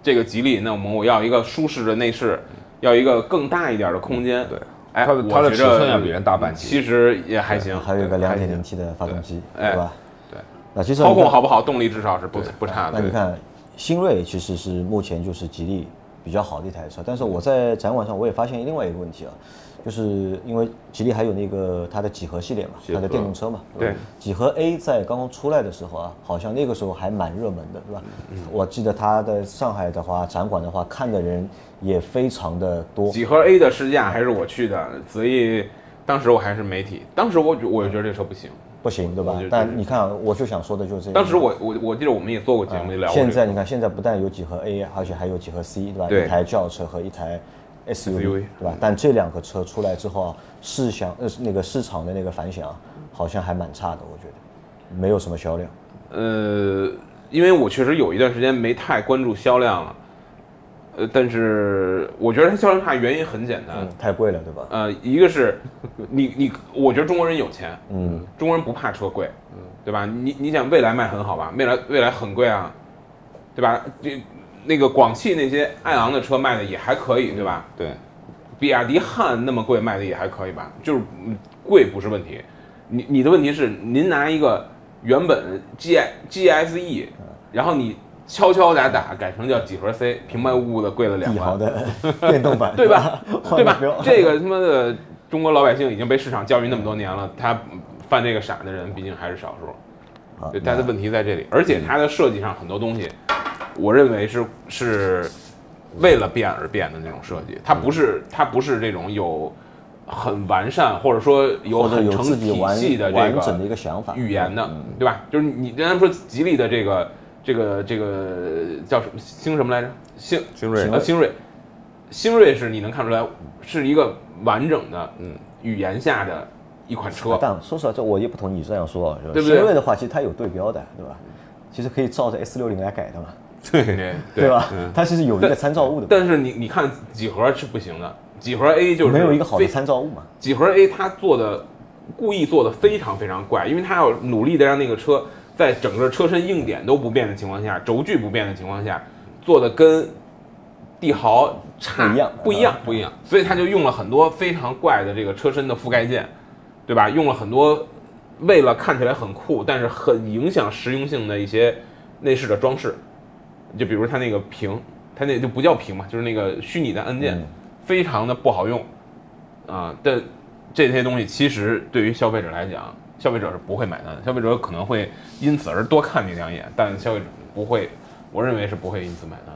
[SPEAKER 3] 这个吉利，那我们我要一个舒适的内饰，要一个更大一点的空间，
[SPEAKER 2] 嗯对，
[SPEAKER 3] 哎，
[SPEAKER 2] 它的
[SPEAKER 3] 我
[SPEAKER 2] 它的
[SPEAKER 3] 觉
[SPEAKER 2] 尺
[SPEAKER 3] 着
[SPEAKER 2] 寸要比人大半
[SPEAKER 3] 其
[SPEAKER 2] 级
[SPEAKER 3] 实也还行，
[SPEAKER 1] 还有一个
[SPEAKER 3] 对
[SPEAKER 1] 两
[SPEAKER 3] 还
[SPEAKER 1] 点
[SPEAKER 3] 行
[SPEAKER 1] 零 T 的发动机，
[SPEAKER 3] 对哎
[SPEAKER 1] 对吧？
[SPEAKER 3] 对，
[SPEAKER 1] 那其实
[SPEAKER 3] 操
[SPEAKER 1] 你看
[SPEAKER 3] 控好不好，动力至少是不不差
[SPEAKER 1] 那
[SPEAKER 3] 的，
[SPEAKER 1] 你
[SPEAKER 3] 对
[SPEAKER 1] 看，新锐其实是目前就是吉利比较好的一台车，但是我在展馆上我也发现另外一个问题啊，就是因为吉利还有那个它的几何系列嘛，
[SPEAKER 2] 几
[SPEAKER 1] 它
[SPEAKER 2] 何
[SPEAKER 1] 的电动车嘛，
[SPEAKER 3] 对
[SPEAKER 1] 吧几何 A 在刚刚出来的时候啊，好像那个时候还蛮热门的，对吧？
[SPEAKER 3] 嗯
[SPEAKER 1] 我记得它在上海的话，展馆的话看的人也非常的多，
[SPEAKER 3] 几何 A 的试驾还是我去的，所以当时我还是媒体，当时我觉我就觉得这车不行，
[SPEAKER 1] 不行，对
[SPEAKER 3] 我
[SPEAKER 1] 吧
[SPEAKER 3] 觉得？
[SPEAKER 1] 但你看啊，我就想说的就是这个。
[SPEAKER 3] 当时我我我记得我们也做过节
[SPEAKER 1] 啊
[SPEAKER 2] 嗯
[SPEAKER 3] 目也聊过这
[SPEAKER 1] 现
[SPEAKER 3] 个，
[SPEAKER 1] 在你看，现在不但有几何 A，而且还有几何 C，对吧？
[SPEAKER 3] 对
[SPEAKER 1] 一台轿车和一台 SUV，
[SPEAKER 3] SUV
[SPEAKER 1] 对吧？但这两个车出来之后啊，市场呃那个市场的那个反响啊好像还蛮差的，我觉得没有什么销量。
[SPEAKER 3] 呃，因为我确实有一段时间没太关注销量了，呃，但是我觉得它销量差原因很简单，
[SPEAKER 1] 嗯，太贵了，对吧？
[SPEAKER 3] 呃，一个是你你，我觉得中国人有钱，嗯，中国人不怕车贵，嗯，对吧？你你想蔚来卖很好吧？蔚来蔚来很贵啊，对吧？这那个广汽那些爱昂的车卖的也还可以，对吧？
[SPEAKER 2] 对，
[SPEAKER 3] 比亚迪汉那么贵卖的也还可以吧？就是嗯贵不是问题，你你的问题是您拿一个原本 G G S E，然后你敲敲打打改成叫几何 C，平白无故的贵了两
[SPEAKER 1] 帝豪
[SPEAKER 3] 万，
[SPEAKER 1] 的 电动版，
[SPEAKER 3] 对吧？
[SPEAKER 1] 换
[SPEAKER 3] 对
[SPEAKER 1] 个
[SPEAKER 3] 吧
[SPEAKER 1] 标？
[SPEAKER 3] 这个他妈的中国老百姓已经被市场教育那么多年了，他犯这个傻的人毕竟还是少数，
[SPEAKER 1] 啊嗯
[SPEAKER 3] 对，他的问题在这里，而且它的设计上很多东西，我认为是是为了变而变的那种设计，它
[SPEAKER 1] 嗯
[SPEAKER 3] 不是它不是这种有很完善或者说有
[SPEAKER 1] 或者
[SPEAKER 3] 很
[SPEAKER 1] 有
[SPEAKER 3] 成
[SPEAKER 1] 自己
[SPEAKER 3] 体
[SPEAKER 1] 完
[SPEAKER 3] 系的这
[SPEAKER 1] 完整的嗯
[SPEAKER 3] 个
[SPEAKER 1] 一个想法，
[SPEAKER 3] 语言的，对吧？就是你刚才说吉利的这个这个这个叫什么星什么来着？星
[SPEAKER 2] 精锐
[SPEAKER 3] 呃，新锐，新锐是你能看出来是一个完整的，嗯，语言下的一款车。
[SPEAKER 1] 但说实话，这我也不同意这样说啊，是吧
[SPEAKER 3] 对不对
[SPEAKER 1] 新锐的话，其实它有对标的，对吧？其实可以照着 S 六零来改的嘛，
[SPEAKER 3] 对嗯
[SPEAKER 1] 对？吧？它其实有一个参照物的嘛，
[SPEAKER 3] 但是你你看几何是不行的，几何 A 就是
[SPEAKER 1] 没有一个好的
[SPEAKER 3] 非
[SPEAKER 1] 参照物嘛。
[SPEAKER 3] 几何 A 它做的故意做的非常非常怪，因为它要努力的让那个车在整个车身硬点都不变的情况下，轴距不变的情况下，做的跟帝豪差
[SPEAKER 1] 不一样
[SPEAKER 3] 不一样，不一样。所以它就用了很多非常怪的这个车身的覆盖件，对吧？用了很多为了看起来很酷，但是很影响实用性的一些内饰的装饰，就比如它那个屏，它那就不叫屏嘛，就是那个虚拟的按键，
[SPEAKER 1] 嗯
[SPEAKER 3] 非常的不好用啊。但这些东西其实对于消费者来讲，消费者是不会买单的，消费者可能会因此而多看你两眼，但消费者不会，我认为是不会因此买单的。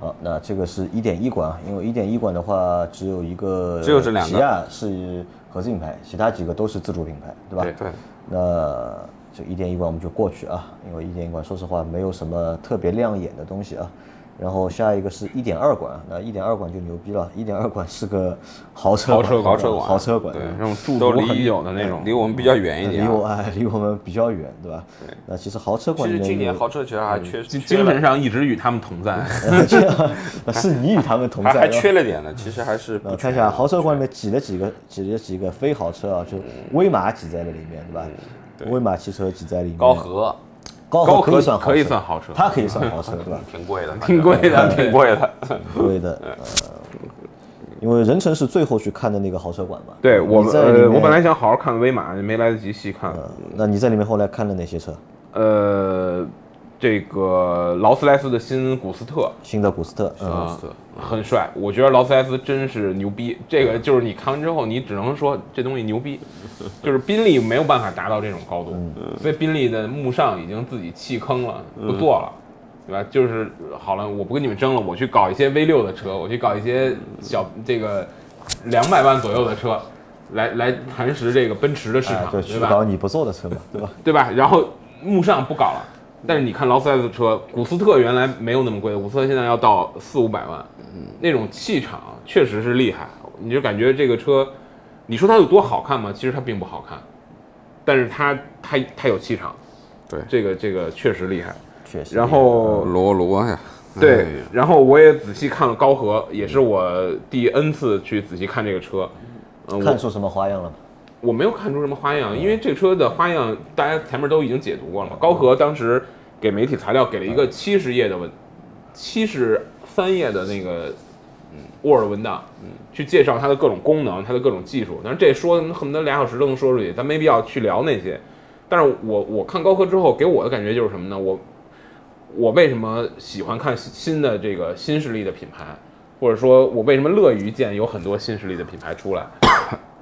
[SPEAKER 1] 好，啊那这个是一点一馆啊，因为一点一馆的话只有一个，
[SPEAKER 2] 只有这两个
[SPEAKER 1] 起亚是合资品牌，其他几个都是自主品牌，对吧？
[SPEAKER 3] 对
[SPEAKER 2] 对，
[SPEAKER 1] 那这一点一馆我们就过去啊，因为一点一馆说实话没有什么特别亮眼的东西啊。然后下一个是一点二馆，那一点二馆就牛逼了，一点二馆是个豪车
[SPEAKER 3] 豪
[SPEAKER 1] 馆
[SPEAKER 3] 车馆
[SPEAKER 1] 豪车馆，
[SPEAKER 2] 对
[SPEAKER 3] 那种驻
[SPEAKER 2] 都
[SPEAKER 3] 足
[SPEAKER 2] 离
[SPEAKER 3] 很久的那种，
[SPEAKER 2] 离我们比较远一
[SPEAKER 1] 离
[SPEAKER 2] 点啊。
[SPEAKER 1] 我 哎离我们比较远，对吧？那其实豪车
[SPEAKER 2] 其
[SPEAKER 1] 馆里
[SPEAKER 2] 实
[SPEAKER 1] 面
[SPEAKER 2] 今年
[SPEAKER 1] 有
[SPEAKER 2] 豪车其实还缺
[SPEAKER 3] 精
[SPEAKER 2] 缺
[SPEAKER 3] 精
[SPEAKER 2] 了
[SPEAKER 3] 神上一直与他们同 在。
[SPEAKER 1] 是你与他们同在，
[SPEAKER 2] 还还
[SPEAKER 1] 对吧
[SPEAKER 2] 缺了点呢，其实还是不
[SPEAKER 1] 呃，
[SPEAKER 2] 全
[SPEAKER 1] 看一下豪车馆里面挤了几个，挤了几个非豪车啊，就
[SPEAKER 3] 嗯
[SPEAKER 1] 威马挤在了里面，对吧？威马汽车挤在里面，
[SPEAKER 2] 高和？
[SPEAKER 1] 高
[SPEAKER 3] 高
[SPEAKER 1] 和
[SPEAKER 3] 和
[SPEAKER 1] 可以算豪车
[SPEAKER 3] 可以算豪车
[SPEAKER 1] 它可以算豪车，对 吧
[SPEAKER 2] 挺贵的，
[SPEAKER 3] 挺贵的
[SPEAKER 2] 反 正挺贵的。
[SPEAKER 1] 对的，
[SPEAKER 3] 嗯
[SPEAKER 1] 呃，因为仁成是最后去看的那个豪车馆嘛。
[SPEAKER 3] 对我
[SPEAKER 1] 你
[SPEAKER 3] 们，
[SPEAKER 1] 在里
[SPEAKER 3] 呃，
[SPEAKER 1] 面
[SPEAKER 3] 我本来想好好看威马，没来得及细看。
[SPEAKER 1] 呃那你在里面后来看了哪些车？
[SPEAKER 3] 呃，这个劳斯莱斯的新古斯特
[SPEAKER 1] 新的古斯特，嗯，
[SPEAKER 3] 啊、很帅，我觉得劳斯莱斯真是牛逼。这个就是你看完之后，你只能说这东西 牛逼，就是宾利没有办法达到这种高度，
[SPEAKER 1] 嗯
[SPEAKER 3] 所以宾利的慕尚已经自己弃坑了，
[SPEAKER 1] 嗯
[SPEAKER 3] 不做了。对吧？就是好了，我不跟你们争了，我去搞一些 V 六的车，我去搞一些小这个两百万左右的车，来来蚕食这个奔驰的市
[SPEAKER 1] 哎
[SPEAKER 3] 场，
[SPEAKER 1] 对，
[SPEAKER 3] 对
[SPEAKER 1] 去
[SPEAKER 3] 吧？
[SPEAKER 1] 搞你不做的车嘛，对吧？
[SPEAKER 3] 对吧？然后慕尚不搞了，但是你看劳斯莱斯的车，古斯特原来没有那么贵，古斯特现在要到四五百万，那种气场确实是厉害，你就感觉这个车，你说它有多好看吗？其实它并不好看，但是它它它有气场，
[SPEAKER 2] 对
[SPEAKER 3] 这个这个确实厉害。
[SPEAKER 1] 确实。
[SPEAKER 3] 然后
[SPEAKER 2] 罗罗呀，哎
[SPEAKER 3] 对
[SPEAKER 2] 呀，
[SPEAKER 3] 然后我也仔细看了高和，也是我第 N 次去仔细看这个车。嗯，我
[SPEAKER 1] 看出什么花样了吗？
[SPEAKER 3] 我没有看出什么花样，因为这车的花样大家前面都已经解读过了嘛。高和当时给媒体材料给了一个七十页的文，七十三页的那个沃尔文档，去介绍它的各种功能、它的各种技术。但是这说恨不得俩小时都能说出去，咱没必要去聊那些。但是我我看高科之后，给我的感觉就是什么呢？我我为什么喜欢看新新的这个新势力的品牌，或者说我为什么乐于见有很多新势力的品牌出来？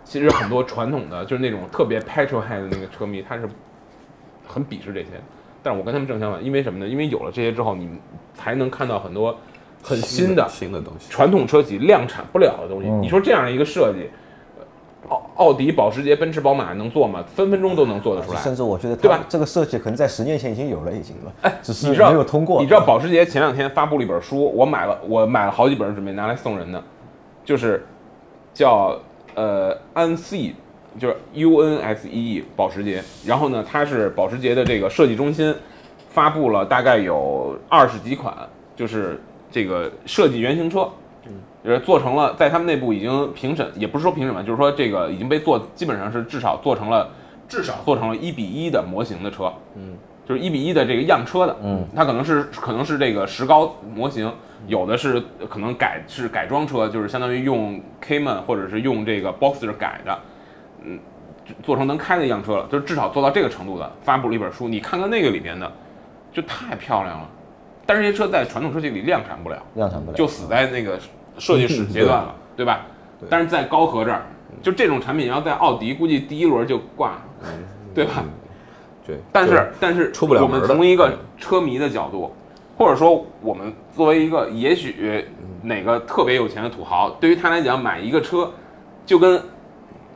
[SPEAKER 3] 其实很多传统的就是那种特别 petrolhead 的那个车迷，他是很鄙视这些。但是我跟他们正相反，因为什么呢？因为有了这些之后，你才能看到很多很新的、
[SPEAKER 2] 新的东西，
[SPEAKER 3] 传统车企量产不了的东西。
[SPEAKER 1] 嗯
[SPEAKER 3] 你说这样一个设计，呃奥奥迪、保时捷、奔驰、宝马能做吗？分分钟都能做得出来。
[SPEAKER 1] 甚至我觉得
[SPEAKER 3] 对
[SPEAKER 1] 它
[SPEAKER 3] 吧哎
[SPEAKER 1] 这个设计可能在十年前已经有了，已经了，只是嗯
[SPEAKER 3] 你
[SPEAKER 1] 没
[SPEAKER 3] 知道
[SPEAKER 1] 有通过。
[SPEAKER 3] 你知道保时捷前两天发布了一本书，我买了，我买了好几本，准备拿来送人的，就是叫呃 Unseed，就是 U N S E E 保时捷。然后呢，它是保时捷的这个设计中心发布了大概有二十几款，就是这个设计原型车。
[SPEAKER 1] 嗯
[SPEAKER 3] 就是做成了，在他们内部已经评审，也不是说评审吧，就是说这个已经被做，基本上是至少做成了，至少做成了一比一的模型的车，嗯，就是一比一的这个样车的，嗯，它可能是可能是这个石膏模型，有的是可能改是改装车，就是相当于用 Cayman 或者是用这个 Boxer 改的，嗯，做成能开的样车了，就是至少做到这个程度的，发布了一本书，你看看那个里边的，就太漂亮了，但是这些车在传统车企里量产不了。
[SPEAKER 1] 量产不了，
[SPEAKER 3] 就死在那个设计史阶段了，嗯对吧？但是在高和这儿，就这种产品要在奥迪，估计第一轮就挂，对吧？
[SPEAKER 2] 对。
[SPEAKER 3] 但
[SPEAKER 2] 对
[SPEAKER 3] 是但是
[SPEAKER 2] 出不了
[SPEAKER 3] 我
[SPEAKER 2] 门
[SPEAKER 3] 们
[SPEAKER 2] 的
[SPEAKER 3] 从一个
[SPEAKER 2] 嗯
[SPEAKER 3] 车迷的角度，或者说我们作为一个也许哪个特别有钱的土豪，对于他来讲买一个车，就跟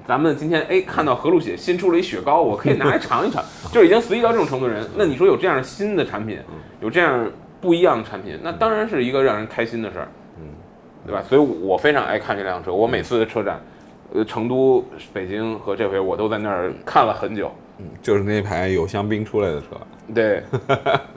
[SPEAKER 3] 咱们今天哎看到何路雪新出了一雪糕，我可以拿来尝一 尝，就是已经随意到这种程度的人，那你说有这样新的产品，
[SPEAKER 2] 嗯
[SPEAKER 3] 有这样不一样的产品，那当然是一个让人开心的事儿，嗯，对吧？所以我非常爱看这辆车，我每次的车展。呃，成都、北京和这回我都在那儿看了很久，
[SPEAKER 2] 就是那排有香槟出来的车，
[SPEAKER 3] 对，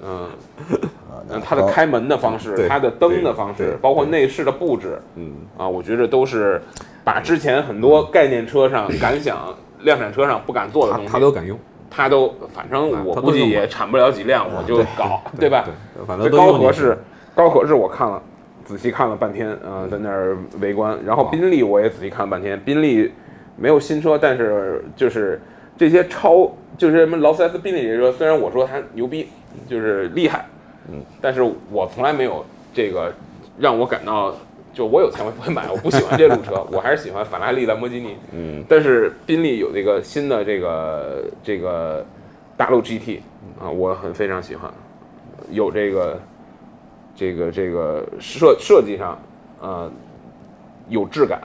[SPEAKER 3] 嗯，
[SPEAKER 1] 啊，
[SPEAKER 3] 嗯，
[SPEAKER 1] 那
[SPEAKER 3] 它的
[SPEAKER 1] 好
[SPEAKER 3] 开门的方
[SPEAKER 2] 对
[SPEAKER 3] 式，它的灯的方
[SPEAKER 2] 对对
[SPEAKER 3] 式，包括内饰的布置
[SPEAKER 2] 嗯，
[SPEAKER 3] 啊，我觉着都是把之前很多概念车上敢想、量产车上不敢做的
[SPEAKER 2] 他
[SPEAKER 3] 东西，
[SPEAKER 2] 他都敢用，
[SPEAKER 3] 它都，反正我估计也产不了几辆，我就搞，对吧？
[SPEAKER 2] 对，反
[SPEAKER 3] 这
[SPEAKER 2] 正都
[SPEAKER 3] 高
[SPEAKER 2] 用
[SPEAKER 3] 和
[SPEAKER 2] 你
[SPEAKER 3] 是高和是我看了，仔细看了半天，呃，在那儿围观。然后
[SPEAKER 2] 啊
[SPEAKER 3] 宾利我也仔细看了半天，宾利没有新车，但是就是这些超就是什么劳斯莱斯、宾利这些车，虽然我说它牛逼，就是厉害，嗯，但是我从来没有这个让我感到。就我有钱我不会买，我不喜欢这路车，我还是喜欢法拉利、兰博基尼。
[SPEAKER 2] 嗯，
[SPEAKER 3] 但是宾利有这个新的这个这个大陆 GT
[SPEAKER 2] 嗯
[SPEAKER 3] 啊，我很非常喜欢，有这个这个这个设设计上，呃，有质感，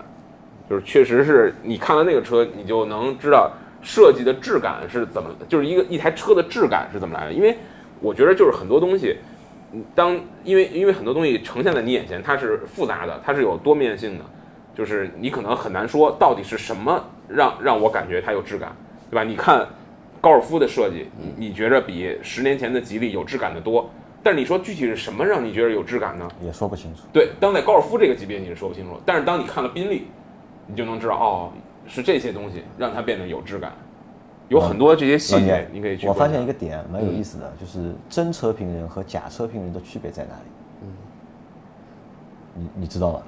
[SPEAKER 3] 就是确实是你看了那个车，你就能知道设计的质感是怎么，就是一个一台车的质感是怎么来的。因为我觉得就是很多东西，嗯当因为因为很多东西呈现在你眼前，它是复杂的，它是有多面性的，就是你可能很难说到底是什么让让我感觉它有质感，对吧？你看高尔夫的设计，你你觉着比十年前的吉利有质感的多，但是你说具体是什么让你觉得有质感呢？
[SPEAKER 1] 也说不清楚。
[SPEAKER 3] 对，当在高尔夫这个级别你是说不清楚，但是当你看了宾利，你就能知道哦，是这些东西让它变得有质感，有很多这些细
[SPEAKER 1] 关
[SPEAKER 3] 节
[SPEAKER 1] 键
[SPEAKER 3] 你可以去。
[SPEAKER 1] 嗯我发现一个，点蛮有
[SPEAKER 2] 嗯
[SPEAKER 1] 意思的，就是真车评人和假车评人的区别在哪里？
[SPEAKER 2] 嗯
[SPEAKER 1] 你你知道吗？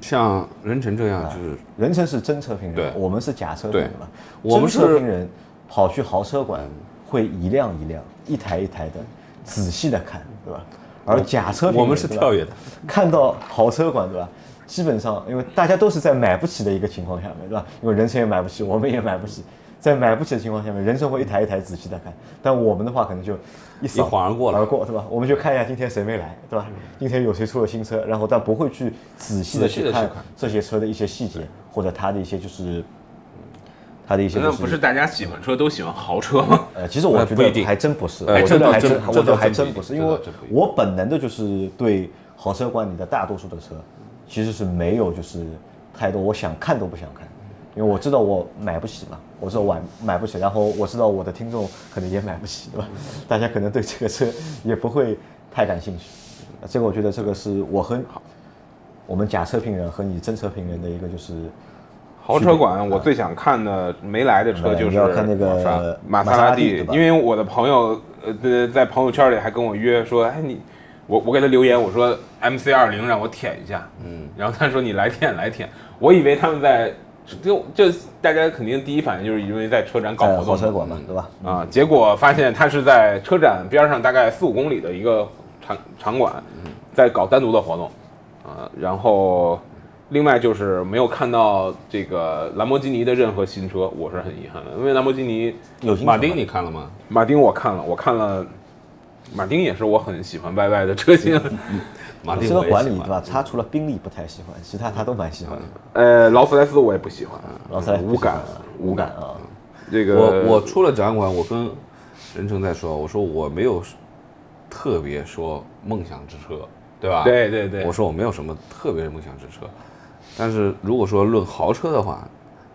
[SPEAKER 2] 像任晨这样，
[SPEAKER 1] 啊
[SPEAKER 2] 就是
[SPEAKER 1] 人成是真车评
[SPEAKER 2] 对
[SPEAKER 1] 人，我们是假车评人嘛。
[SPEAKER 2] 对我们
[SPEAKER 1] 真车
[SPEAKER 2] 是嗯
[SPEAKER 1] 评人跑去豪车馆，会一辆一辆、一台一台的仔细的看，对吧？而假车评人
[SPEAKER 2] 我们是
[SPEAKER 1] 对吧
[SPEAKER 2] 跳跃的，
[SPEAKER 1] 看到豪车馆，对吧？基本上，因为大家都是在买不起的一个情况下面，对吧？因为人生也买不起，我们也买不起，在买不起的情况下面，人生会一台一台仔细的看。但我们的话，可能就一扫
[SPEAKER 2] 一晃而过了
[SPEAKER 1] 而过，对吧？我们就看一下今天谁没来，对吧？今天有谁出了新车，然后但不会去仔细的
[SPEAKER 2] 仔细
[SPEAKER 1] 去
[SPEAKER 2] 地去
[SPEAKER 1] 看
[SPEAKER 2] 看
[SPEAKER 1] 这些车的一些细节，或者它的一些就是它的一些、就
[SPEAKER 3] 那不是大家喜欢车都喜欢豪车吗？
[SPEAKER 1] 呃，其实我
[SPEAKER 2] 呃
[SPEAKER 1] 觉
[SPEAKER 2] 不一
[SPEAKER 1] 得
[SPEAKER 2] 定
[SPEAKER 1] 还真不是，
[SPEAKER 2] 哎
[SPEAKER 1] 我觉
[SPEAKER 2] 这倒
[SPEAKER 1] 得还
[SPEAKER 2] 真
[SPEAKER 1] 真，
[SPEAKER 2] 不
[SPEAKER 1] 我
[SPEAKER 2] 这
[SPEAKER 1] 觉得
[SPEAKER 2] 倒
[SPEAKER 1] 还
[SPEAKER 2] 真
[SPEAKER 1] 真
[SPEAKER 2] 不
[SPEAKER 1] 不
[SPEAKER 2] 一
[SPEAKER 1] 是，
[SPEAKER 2] 定
[SPEAKER 1] 因为
[SPEAKER 2] 这倒真不一定
[SPEAKER 1] 我本能的就是对豪车馆里的大多数的车，其实是没有就是太多我想看都不想看，因为我知道我买不起嘛，我知道我买不起，然后我知道我的听众可能也买不起，对吧？大家可能对这个车也不会太感兴趣。呃这个我觉得这个是我和我们假车评人和你真车评人的一个就是
[SPEAKER 3] 豪车馆我最想看的没来的车就是
[SPEAKER 1] 嗯要看那
[SPEAKER 2] 玛莎
[SPEAKER 1] 个
[SPEAKER 3] 玛
[SPEAKER 1] 莎
[SPEAKER 3] 拉
[SPEAKER 1] 蒂，对吧
[SPEAKER 3] 因为我的朋友呃在在朋友圈里还跟我约说，哎你，我我给他留言我说 M C 二零让我舔一下，嗯，然后他说你来舔来舔，我以为他们在就就大家肯定第一反应就是因为在车展搞
[SPEAKER 1] 在
[SPEAKER 3] 活
[SPEAKER 1] 豪呃车
[SPEAKER 3] 动
[SPEAKER 1] 馆嘛，对吧？
[SPEAKER 3] 啊，结果发现他是在车展边上大概四五公里的一个场场馆，在搞单独的活动啊，然后。另外就是没有看到这个兰博基尼的任何新车，我是很遗憾的，因为兰博基尼
[SPEAKER 1] 有兴趣吗
[SPEAKER 2] 马丁你看了吗？
[SPEAKER 3] 马丁我看了，我看了，马丁也是我很喜欢 YY 的 车型。
[SPEAKER 2] 马
[SPEAKER 1] 你
[SPEAKER 2] 丁
[SPEAKER 1] 这个
[SPEAKER 2] 啊我也
[SPEAKER 1] 管
[SPEAKER 2] 喜
[SPEAKER 1] 理对
[SPEAKER 2] 欢嗯
[SPEAKER 1] 吧？他除了宾利不太喜欢，其他他都蛮喜欢的。
[SPEAKER 3] 呃，劳斯莱斯我也不喜欢，
[SPEAKER 1] 劳斯莱斯
[SPEAKER 3] 无感
[SPEAKER 1] 不喜欢，
[SPEAKER 3] 无感。
[SPEAKER 1] 啊，
[SPEAKER 3] 这个
[SPEAKER 2] 我我出了展馆，我跟任成在说，我说我没有特别说梦想之车，对吧？
[SPEAKER 3] 对对对，
[SPEAKER 2] 我说我没有什么特别的梦想之车，但是如果说论豪车的话，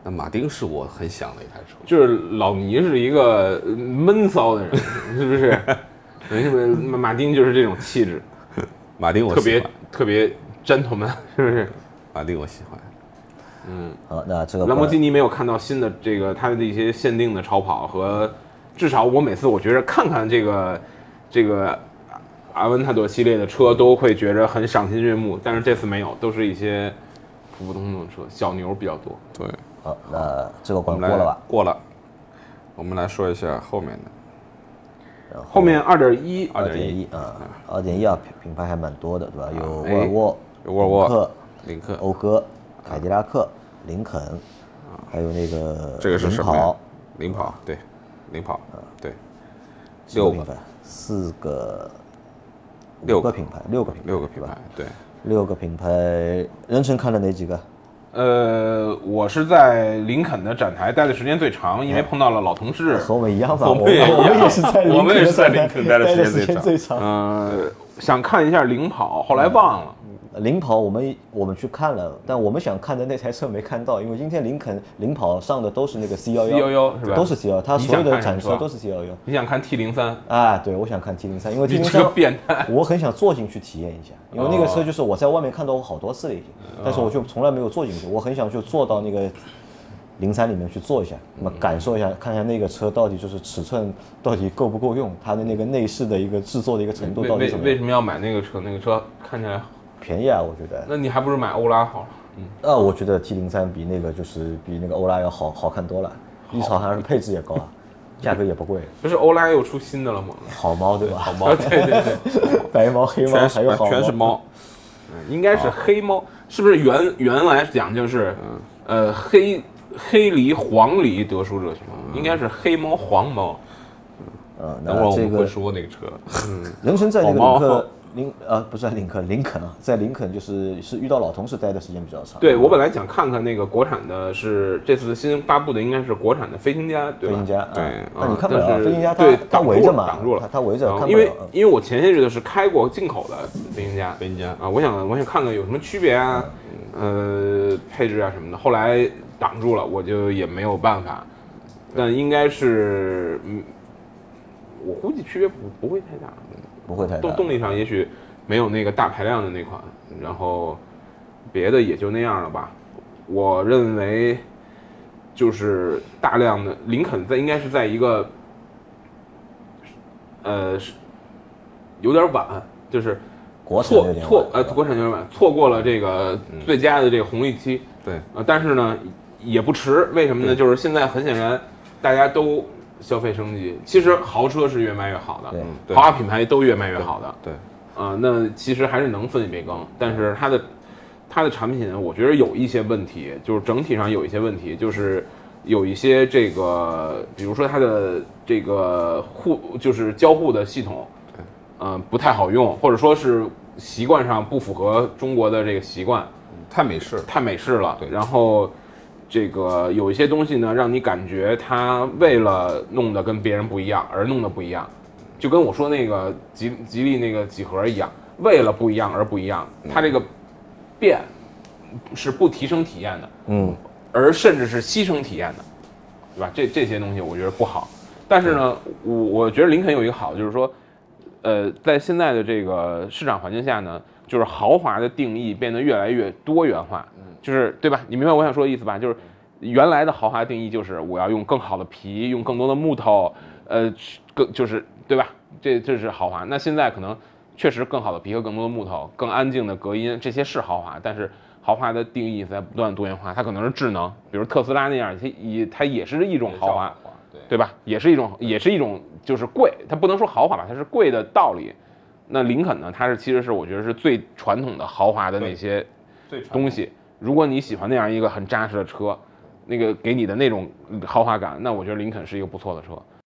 [SPEAKER 2] 那马丁是我很想的一台车。
[SPEAKER 3] 就是老倪是一个呃闷骚的 人，是不是？是不是马马丁就是这种气质，
[SPEAKER 2] 马丁我
[SPEAKER 3] 特
[SPEAKER 2] 喜
[SPEAKER 3] 别
[SPEAKER 2] 欢，
[SPEAKER 3] 特别 gentleman，是不是？
[SPEAKER 2] 马丁我喜欢。
[SPEAKER 1] 好，那
[SPEAKER 2] 呃
[SPEAKER 1] 这个
[SPEAKER 3] 兰博基
[SPEAKER 1] 尼
[SPEAKER 3] 尼没有看到新的这个它的一些限定的超跑和，至少我每次我觉着看看这个这个阿文塔朵系列的车都会觉着很赏心悦目，但是这次没有，都是一些普普通通的车，小牛比较多。
[SPEAKER 2] 对，
[SPEAKER 1] 好，那这个
[SPEAKER 2] 我
[SPEAKER 1] 关
[SPEAKER 2] 们
[SPEAKER 1] 过
[SPEAKER 2] 来
[SPEAKER 1] 了吧？？
[SPEAKER 2] 过了。我们来说一下后面的。
[SPEAKER 1] 然后
[SPEAKER 3] 后面二点一，二
[SPEAKER 1] 二点
[SPEAKER 3] 点一，
[SPEAKER 1] 一啊，二点一啊，品品牌还蛮多的，对吧？有
[SPEAKER 3] 哎
[SPEAKER 1] 沃尔沃、
[SPEAKER 2] 啊有沃尔沃嗯
[SPEAKER 1] 领克、
[SPEAKER 2] 领克
[SPEAKER 1] 讴歌、凯迪拉克、林肯，还有那个
[SPEAKER 2] 啊这个是
[SPEAKER 1] 领
[SPEAKER 2] 什么呀
[SPEAKER 1] 跑？
[SPEAKER 2] 领跑，对，领跑，
[SPEAKER 1] 嗯
[SPEAKER 2] 对，
[SPEAKER 1] 几
[SPEAKER 2] 六
[SPEAKER 1] 个品
[SPEAKER 2] 个，
[SPEAKER 1] 牌，四个，
[SPEAKER 2] 六
[SPEAKER 1] 五
[SPEAKER 2] 个
[SPEAKER 1] 个品牌，六个品牌，
[SPEAKER 2] 六个品牌，对，
[SPEAKER 1] 六个品牌。任晨看了哪几个？
[SPEAKER 3] 呃，我是在林肯的展台待的时间最长，因为碰到了老同事，
[SPEAKER 1] 嗯和我们一样吧，
[SPEAKER 3] 我
[SPEAKER 1] 我
[SPEAKER 3] 们
[SPEAKER 1] 们
[SPEAKER 3] 也一样
[SPEAKER 1] 我们也是在林肯
[SPEAKER 2] 我们也是在林肯待的
[SPEAKER 1] 待的
[SPEAKER 2] 时
[SPEAKER 1] 时
[SPEAKER 2] 间
[SPEAKER 1] 间最长。
[SPEAKER 3] 呃，想看一下领跑，后来忘
[SPEAKER 1] 嗯
[SPEAKER 3] 了，
[SPEAKER 1] 领跑我们我们去看了，但我们想看的那台车没看到，因为今天林肯领跑上的都是那个 C 幺
[SPEAKER 3] C11 是吧
[SPEAKER 1] 都是 C 幺，它
[SPEAKER 3] 你
[SPEAKER 1] 所有
[SPEAKER 3] 想
[SPEAKER 1] 的
[SPEAKER 3] 看
[SPEAKER 1] 展
[SPEAKER 3] 是吧
[SPEAKER 1] 车都是 C 幺幺。
[SPEAKER 3] 你想看 T 零三，
[SPEAKER 1] 啊，对，我想看 T 零三，因为 T
[SPEAKER 3] 你
[SPEAKER 1] 零
[SPEAKER 3] 这个
[SPEAKER 1] 三
[SPEAKER 3] 变态。
[SPEAKER 1] 我很想坐进去体验一下，因为那个车就是我在外面看到过好多次了已经，
[SPEAKER 3] 哦
[SPEAKER 1] 但是我就从来没有坐进去，我很想就坐到那个零三里面去坐一下，那么
[SPEAKER 3] 嗯
[SPEAKER 1] 感受一下，看一下那个车到底就是尺寸到底够不够用，它的那个内饰的一个制作的一个程度
[SPEAKER 3] 为
[SPEAKER 1] 到底
[SPEAKER 3] 为
[SPEAKER 1] 怎么
[SPEAKER 3] 为
[SPEAKER 1] 样。
[SPEAKER 3] 什么要买那个车？那个车看起来，
[SPEAKER 1] 便宜啊，我觉得。
[SPEAKER 3] 那你还不如买欧拉好了。
[SPEAKER 1] 那呃我觉得 T 零三比那个就是比那个欧拉要好好看多了，一好像是配置也高 啊，价格也不贵，
[SPEAKER 3] 不是欧拉又出新的了吗？
[SPEAKER 1] 好猫对吧？好
[SPEAKER 3] 啊， 对对对，
[SPEAKER 1] 白猫黑猫
[SPEAKER 2] 全
[SPEAKER 1] 还有
[SPEAKER 2] 是
[SPEAKER 1] 好
[SPEAKER 2] 全是猫，
[SPEAKER 3] 嗯应该是黑猫，是不是原原来讲就是，
[SPEAKER 1] 嗯
[SPEAKER 3] 呃，黑黑狸黄狸得书者雄，应该是黑猫黄猫。
[SPEAKER 1] 嗯，那
[SPEAKER 2] 等会儿我
[SPEAKER 1] 这
[SPEAKER 2] 们
[SPEAKER 1] 个
[SPEAKER 2] 会说那个车。
[SPEAKER 1] 人生在那个
[SPEAKER 2] 好
[SPEAKER 1] 林
[SPEAKER 2] 猫
[SPEAKER 1] 肯林呃不是在林肯林肯啊，在林肯就是是遇到老同事待的时间比较长。
[SPEAKER 3] 对我本来想看看那个国产的是，这次新发布的应该是国产的飞行家，对
[SPEAKER 1] 飞
[SPEAKER 3] 吧？
[SPEAKER 1] 行家啊，
[SPEAKER 2] 对
[SPEAKER 1] 那
[SPEAKER 3] 嗯
[SPEAKER 1] 你看不了啊
[SPEAKER 3] 但是
[SPEAKER 1] 飞行家，
[SPEAKER 3] 对
[SPEAKER 1] 他他
[SPEAKER 3] 挡住
[SPEAKER 1] 围着
[SPEAKER 3] 了
[SPEAKER 1] 嘛，
[SPEAKER 3] 挡住了
[SPEAKER 1] 他他围着
[SPEAKER 3] 然后
[SPEAKER 1] 看不
[SPEAKER 3] 因为
[SPEAKER 1] 了。嗯
[SPEAKER 3] 因为我前些日子是开过进口的飞行家，
[SPEAKER 2] 飞行家
[SPEAKER 3] 啊，我想我想看看有什么区别啊，呃，配置啊什么的。后来挡住了，我就也没有办法。但应该是，嗯，我估计区别不不会太大，
[SPEAKER 1] 不会太
[SPEAKER 3] 动
[SPEAKER 1] 大。
[SPEAKER 3] 动力上也许没有那个大排量的那款，然后别的也就那样了吧。我认为就是大量的林肯在应该是在一个，呃，是有点晚，就是
[SPEAKER 1] 国产
[SPEAKER 3] 错
[SPEAKER 1] 有点
[SPEAKER 3] 错
[SPEAKER 1] 晚
[SPEAKER 3] 呃国产有点晚，错过了这个最佳的这个红利期，
[SPEAKER 2] 对，
[SPEAKER 3] 呃，但是呢也不迟，为什么呢？就是现在很显然大家都消费升级，其实豪车是越卖越好的
[SPEAKER 1] 对，
[SPEAKER 2] 嗯，对
[SPEAKER 3] 豪华品牌都越卖越好的，
[SPEAKER 2] 对，
[SPEAKER 3] 啊、那其实还是能分一杯羹，但是它的它的产品，我觉得有一些问题，就是整体上有一些问题，就是有一些这个，比如说它的这个互就是交互的系统，嗯、不太好用，或者说是习惯上不符合中国的这个习惯，
[SPEAKER 2] 太美式了。
[SPEAKER 3] 太美式了
[SPEAKER 2] 对。
[SPEAKER 3] 然后这个有一些东西呢，让你感觉它为了弄得跟别人不一样而弄得不一样，就跟我说那个吉吉利那个几何一样，为了不一样而不一样，
[SPEAKER 2] 嗯
[SPEAKER 3] 它这个变是不提升体验的，
[SPEAKER 1] 嗯，
[SPEAKER 3] 而甚至是牺牲体验的，对吧？这这些东西我觉得不好。但是呢，我我觉得林肯有一个好，就是说，呃，在现在的这个市场环境下呢，就是豪华的定义变得越来越多元化，就是对吧？你明白我想说的意思吧？就是原来的豪华定义就是我要用更好的皮，用更多的木头，呃，去更就是对吧？这这是豪华。那现在可能确实更好的皮和更多的木头，更安静的隔音，这些是豪华，但是。豪华的定义在不断多元化，它可能是智能，比如特斯拉那样，它也它也是一种豪华，
[SPEAKER 2] 对
[SPEAKER 3] 对吧？也是一种，也是一种，就是贵，它不能说豪华吧，它是贵的道理。那林肯呢？它是其实是我觉得是最传统的豪华的那些
[SPEAKER 2] 最
[SPEAKER 3] 东西。如果你喜欢那样一个很扎实的车，那个给你的那种豪华感，那我觉得林肯是一个不错的车。